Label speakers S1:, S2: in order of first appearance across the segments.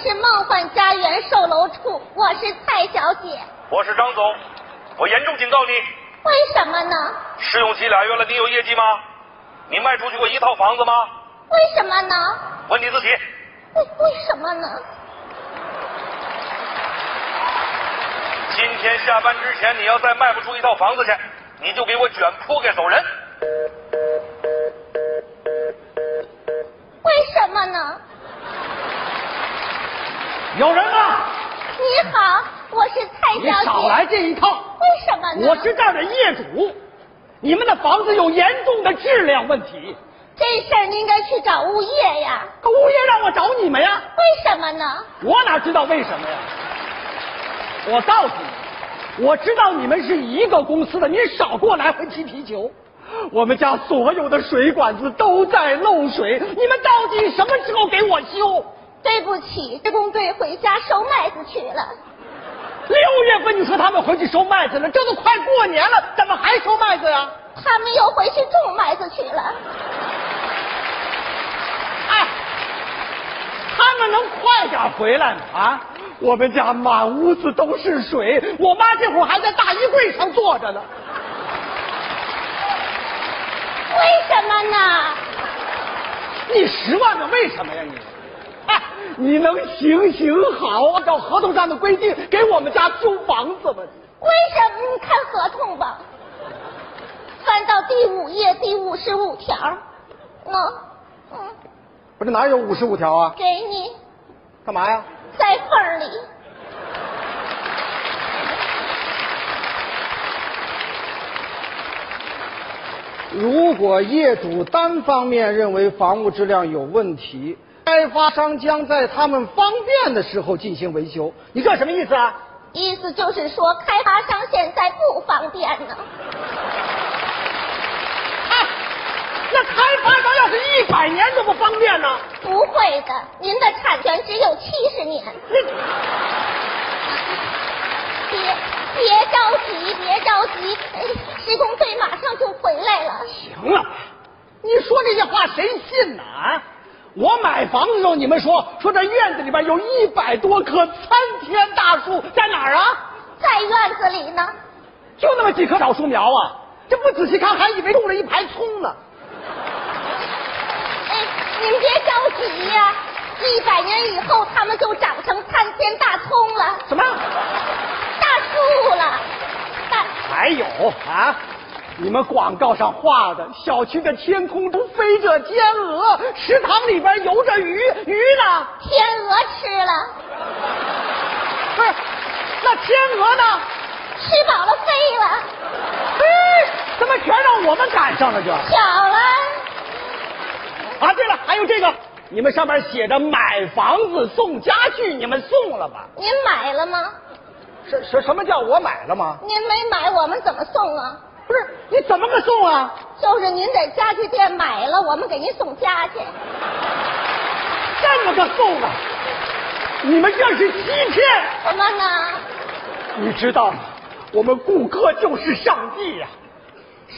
S1: 是梦幻家园售楼处，我是蔡小姐。
S2: 我是张总，我严重警告你，
S1: 为什么呢？
S2: 试用期俩月了，你有业绩吗？你卖出去过一套房子吗？
S1: 为什么呢？
S2: 问你自己。
S1: 为为什么呢？
S2: 今天下班之前，你要再卖不出一套房子去，你就给我卷铺盖走人。
S1: 为什么呢？
S3: 有人吗？
S1: 你好，我是蔡
S3: 你
S1: 哎小姐。
S3: 少来这一套！
S1: 为什么呢？
S3: 我是这儿的业主，你们的房子有严重的质量问题，
S1: 这事儿你应该去找物业呀。
S3: 可物业让我找你们呀，
S1: 为什么呢？
S3: 我哪知道为什么呀？我告诉你，我知道你们是一个公司的，你少给我来回踢皮球。我们家所有的水管子都在漏水，你们到底什么时候给我修？
S1: 对不起，职工队回家收麦子去了。
S3: 六月份你说他们回去收麦子了，这都快过年了，怎么还收麦子呀？
S1: 他们又回去种麦子去了。
S3: 哎，他们能快点回来吗？啊，我们家满屋子都是水，我妈这会儿还在大衣柜上坐着呢。
S1: 为什么呢？
S3: 你十万个为什么呀你？哎，你能行行好，按照合同上的规定给我们家修房子吧？
S1: 为什么？你看合同吧，翻到第五页第五十五条，嗯嗯，
S3: 不是哪有五十五条啊？
S1: 给你
S3: 干嘛呀？
S1: 在缝里。
S4: 如果业主单方面认为房屋质量有问题，开发商将在他们方便的时候进行维修。
S3: 你这什么意思啊？
S1: 意思就是说，开发商现在不方便呢。
S3: 哎，那开发商要是一百年都不方便呢？
S1: 不会的，您的产权只有七十年。 别别着急，别着急，哎施工队马上就回来了。
S3: 行了吧，你说这些话谁信呢？啊，我买房子的时候你们说说这院子里边有一百多棵参天大树，在哪儿啊？
S1: 在院子里呢，
S3: 就那么几棵小树苗啊，这不仔细看还以为种了一排葱呢。
S1: 哎，您别着急呀、一百年以后，它们就长成参天大葱了，
S3: 什么？
S1: 大树了，大
S3: 还有啊？你们广告上画的小区的天空中飞着天鹅，池塘里边游着鱼，鱼呢？
S1: 天鹅吃了，
S3: 不是，那天鹅呢？
S1: 吃饱了飞了，
S3: 哎，怎么全让我们赶上了就？
S1: 巧了，
S3: 啊，对了，还有这个，你们上面写着买房子送家具，你们送了吧？
S1: 您买了吗？
S3: 什什什么叫我买了吗？
S1: 您没买，我们怎么送啊？
S3: 不是，你怎么个送啊？
S1: 就是您在家具店买了，我们给您送家去。
S3: 这么个送啊？你们这是欺骗！
S1: 什么呢？
S3: 你知道吗？我们顾客就是上帝呀、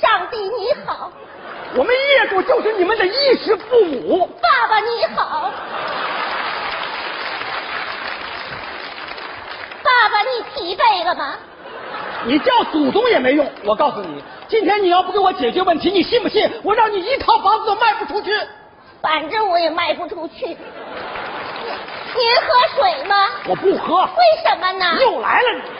S1: 上帝你好，
S3: 我们业主就是你们的衣食父母。
S1: 爸爸你好，爸爸你疲惫了吗？
S3: 你叫祖宗也没用，我告诉你，今天你要不给我解决问题，你信不信我让你一套房子都卖不出去？
S1: 反正我也卖不出去。您您喝水吗？
S3: 我不喝，
S1: 为什么呢
S3: 你？又来了你。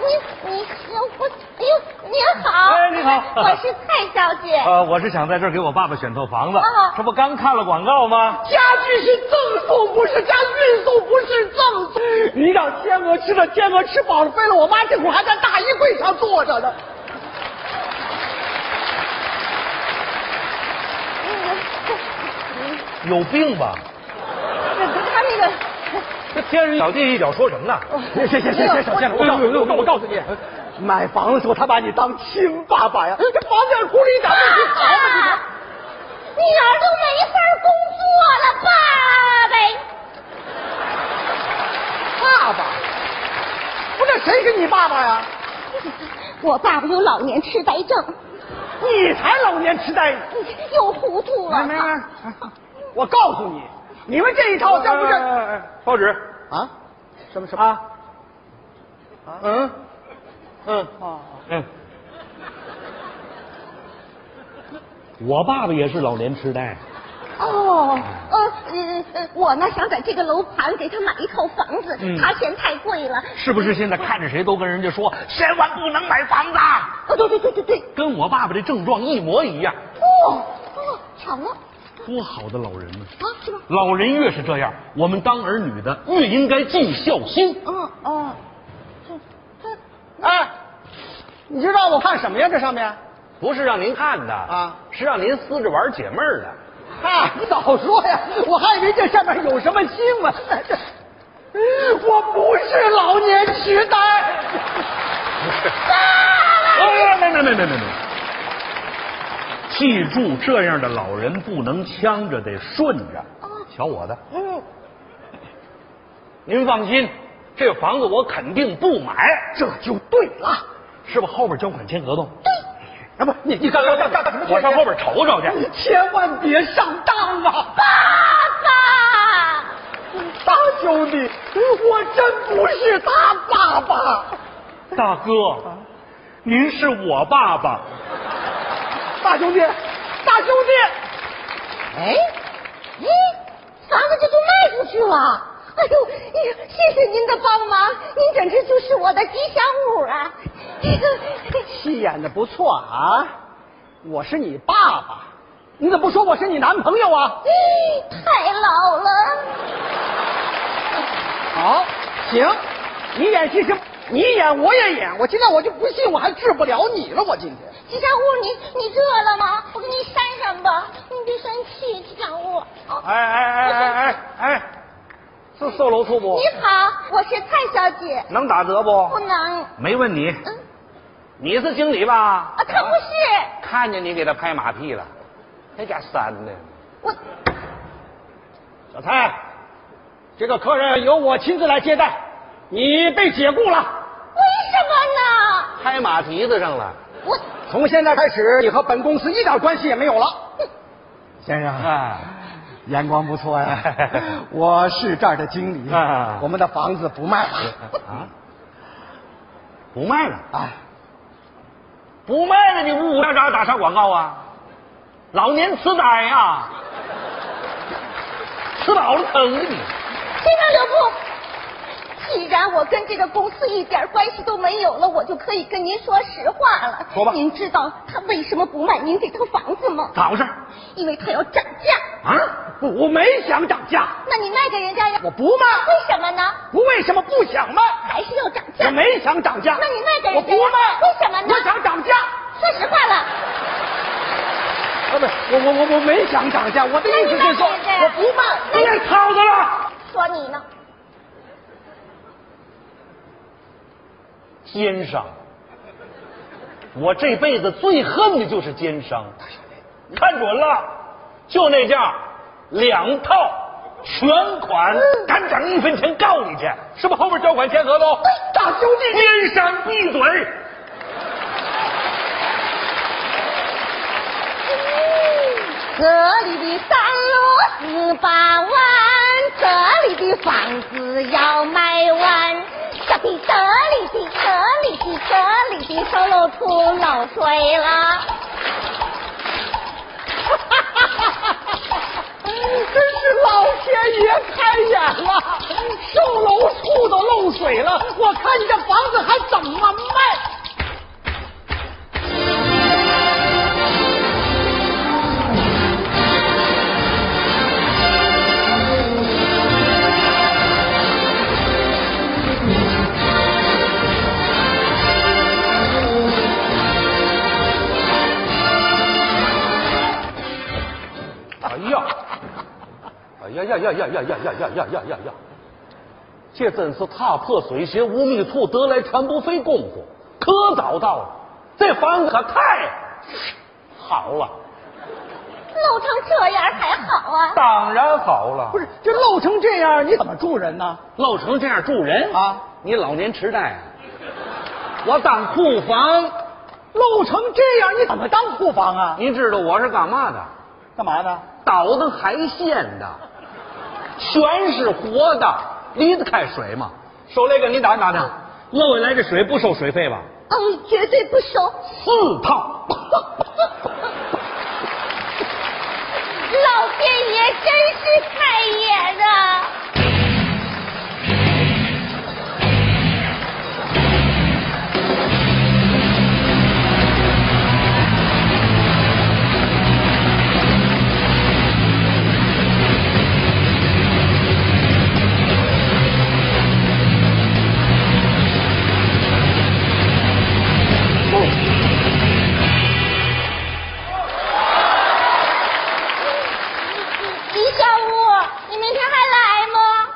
S1: 您您喝我哎呦，您好，啊
S2: 哎你好
S1: 我是蔡小姐。
S2: 呃，我是想在这儿给我爸爸选套房子
S1: 啊
S2: 这不刚看了广告吗？
S3: 家具是赠送，不是加运送，不是赠送。你让天鹅吃了，天鹅吃饱了飞了。我妈这会儿还在大衣柜上坐着呢。
S2: 有病吧？
S1: 他那个哦
S2: 这天上小地一脚说什么呢？
S3: 行行行行，小倩，我告诉你，我告诉你，哎买房的时候他把你当亲爸爸呀，这房子要出了一
S1: 啊
S3: 点问
S1: 爸
S3: 题，好
S1: 爸，女儿都没法工作了，爸呗。
S3: 爸爸，不是谁是你爸爸呀？
S1: 我爸爸有老年痴呆症，
S3: 你才老年痴呆呢！
S1: 又糊涂了。啊
S3: 我告诉你，你们这一套这不
S4: 哎哎哎
S3: 是
S4: 哎
S2: 报纸，
S4: 啊？什么什么？
S3: 啊？
S4: 嗯
S2: 嗯
S3: 哦，
S5: 嗯，我爸爸也是老年痴呆，
S1: 哦，呃，嗯呃，我呢想在这个楼盘给他买一套房子，
S5: 嗯
S1: 他嫌太贵了。
S5: 是不是？现在看着谁都跟人家说千万不能买房子，啊
S1: 哦，对对对对对，
S5: 跟我爸爸这症状一模一样。
S1: 哦哦，巧了
S5: 多好的老人呢、
S1: 啊，是吧？
S5: 老人越是这样，我们当儿女的越应该尽孝心。
S1: 嗯嗯，这这
S3: 啊
S4: 哎，你这让我看什么呀？这上面？
S5: 不是让您看的
S4: 啊
S5: 是让您思着玩解闷儿的。
S3: 啊
S4: 嗨，你早说呀！
S3: 我还以为这上面有什么新闻呢。这我不是老年痴呆，
S5: 哎，没没没没没没。记住，这样的老人不能呛着，得顺着。瞧我的，
S1: 嗯，
S5: 您放心，这房子我肯定不买，
S3: 这就对了。
S5: 是不？后边交款签合同，哎
S3: 啊不，你你干干干干干什么去？
S5: 我上后边瞅瞅去。嗯
S3: 你千万别上当啊！
S1: 爸爸，
S3: 大兄弟，我真不是他爸爸。
S5: 大哥，您是我爸爸，
S3: 大兄弟，大兄弟，
S1: 哎，哎，房子这就卖出去了。哎呦，哎呀，谢谢您的帮忙，您简直就是我的吉祥物啊！ 这个，
S3: 戏演的不错啊。我是你爸爸，你怎么不说我是你男朋友啊？
S1: 太老了，
S3: 好，行，你演戏是，你演我也演，我今天我就不信我还治不了你了，我今天。
S1: 吉祥物你你热了吗？我给你扇扇吧，你别生气，吉祥物。哦
S2: 哎哎哎哎哎哎，是
S5: 哎
S2: 售楼处不？
S1: 你好，我是蔡小姐，
S2: 能打折
S1: 不
S2: 不？
S1: 能，
S5: 没问你，
S1: 嗯，
S2: 你是经理吧？
S1: 啊，他不是
S2: 看见你给他拍马屁了，那家删的。
S1: 我，
S3: 小蔡，这个客人由我亲自来接待，你被解雇了。
S1: 为什么呢？
S2: 拍马蹄子上了。
S1: 我
S3: 从现在开始，你和本公司一点关系也没有了。
S4: 先生，
S5: 啊，
S4: 眼光不错 呀、我是这儿的经理，
S5: 啊
S4: 我们的房子不卖了。
S5: 啊，不卖了，
S4: 哎，
S5: 不卖了，你呜呜喳喳打啥广告啊？老年痴呆呀， 吃饱了撑的你。
S1: 先生留步。既然我跟这个公司一点关系都没有了，我就可以跟您说实话了。
S5: 说吧
S1: 您知道他为什么不卖您这套房子吗？
S5: 咋回事？
S1: 因为他要涨价。
S5: 啊？
S3: 我没想涨价，
S1: 那你卖给人家呀？啊
S3: 我不卖，
S1: 为什么呢？
S3: 不为什么不想卖，
S1: 还是要涨价
S3: 我？没想涨价。
S1: 那你卖给人家呀啊
S3: 我不卖，
S1: 为什么呢
S3: 我想涨价，啊
S1: 说实话了，
S3: 啊不是，我我我我没想涨价，我的意思是说，
S1: 那你卖给人家呀啊
S3: 我不卖，
S1: 那你
S3: 别吵着了。
S1: 说你呢？
S5: 奸商！我这辈子最恨的就是奸商。看准了，就那价，两套，全款，
S1: 嗯
S5: 敢涨一分钱告你去，是不是？后边交款签合同。大兄弟，奸商闭嘴！
S1: 这里的三楼十八万，这里的房子要卖完。这里这里的这里的这里的售楼处漏水了。
S3: 真是老天爷开眼了，售楼处都漏水了，我看你这房子还怎么卖？
S5: 哎呀，哎呀呀呀呀呀呀呀呀呀呀呀呀！这真是踏破水鞋无觅处，得来全不费工夫。可找到了，这房子可太好了，
S1: 漏成这样还好啊？
S5: 当然好了
S3: 不。是，这漏成这样，你怎么住人呢？
S5: 漏成这样住人
S3: 啊！
S5: 你老年痴呆、啊，我当库房，
S3: 漏成这样，你怎么当库房啊？
S5: 您知道我是干嘛的？
S3: 干嘛呢？
S5: 倒腾海鲜的，全是活的，离得开水吗？手雷给你打听打听，乐伟来这水不收水费吧？
S1: 嗯，绝对不收。
S5: 四套，
S1: 老天爷真是太野了！吉祥物，你明天还来吗？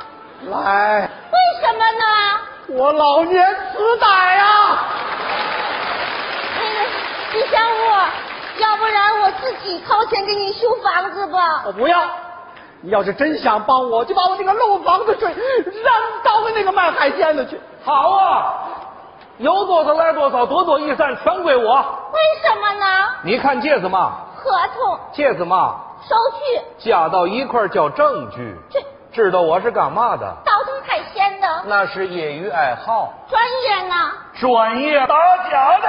S4: 来，
S1: 为什么呢？
S4: 我老年痴呆
S3: 啊
S4: 呀！
S1: 那个吉祥物，要不然我自己掏钱给你修房子吧。
S4: 我不要，你要是真想帮我，就把我那个漏房子水让到那个卖海鲜的去。
S5: 好啊，有多少来多少，多多益善，全归我。
S1: 为什么呢？
S5: 你看戒指嘛，
S1: 合同
S5: 戒指嘛，
S1: 收据
S5: 加到一块儿叫证据，
S1: 这
S5: 知道我是干嘛的？
S1: 倒腾海鲜的，
S5: 那是业余爱好，
S1: 专业呢？
S5: 专业打假的。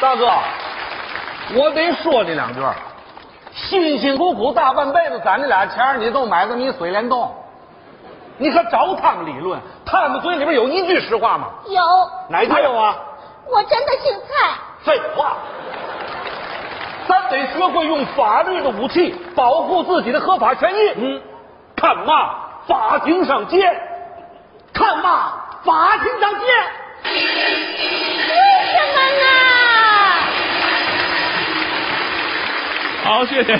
S5: 大哥，我得说你两句儿。辛辛苦苦大半辈子攒这俩钱儿你都买这么一水帘洞，你可找他们理论？他们嘴里边有一句实话吗？
S1: 有，
S5: 哪句？还有啊？
S1: 我真的姓蔡。
S5: 废话，咱得学会用法律的武器保护自己的合法权益。嗯，看嘛，法庭上见。看嘛，法庭上见。
S1: 为什么呢？
S6: 好，谢谢。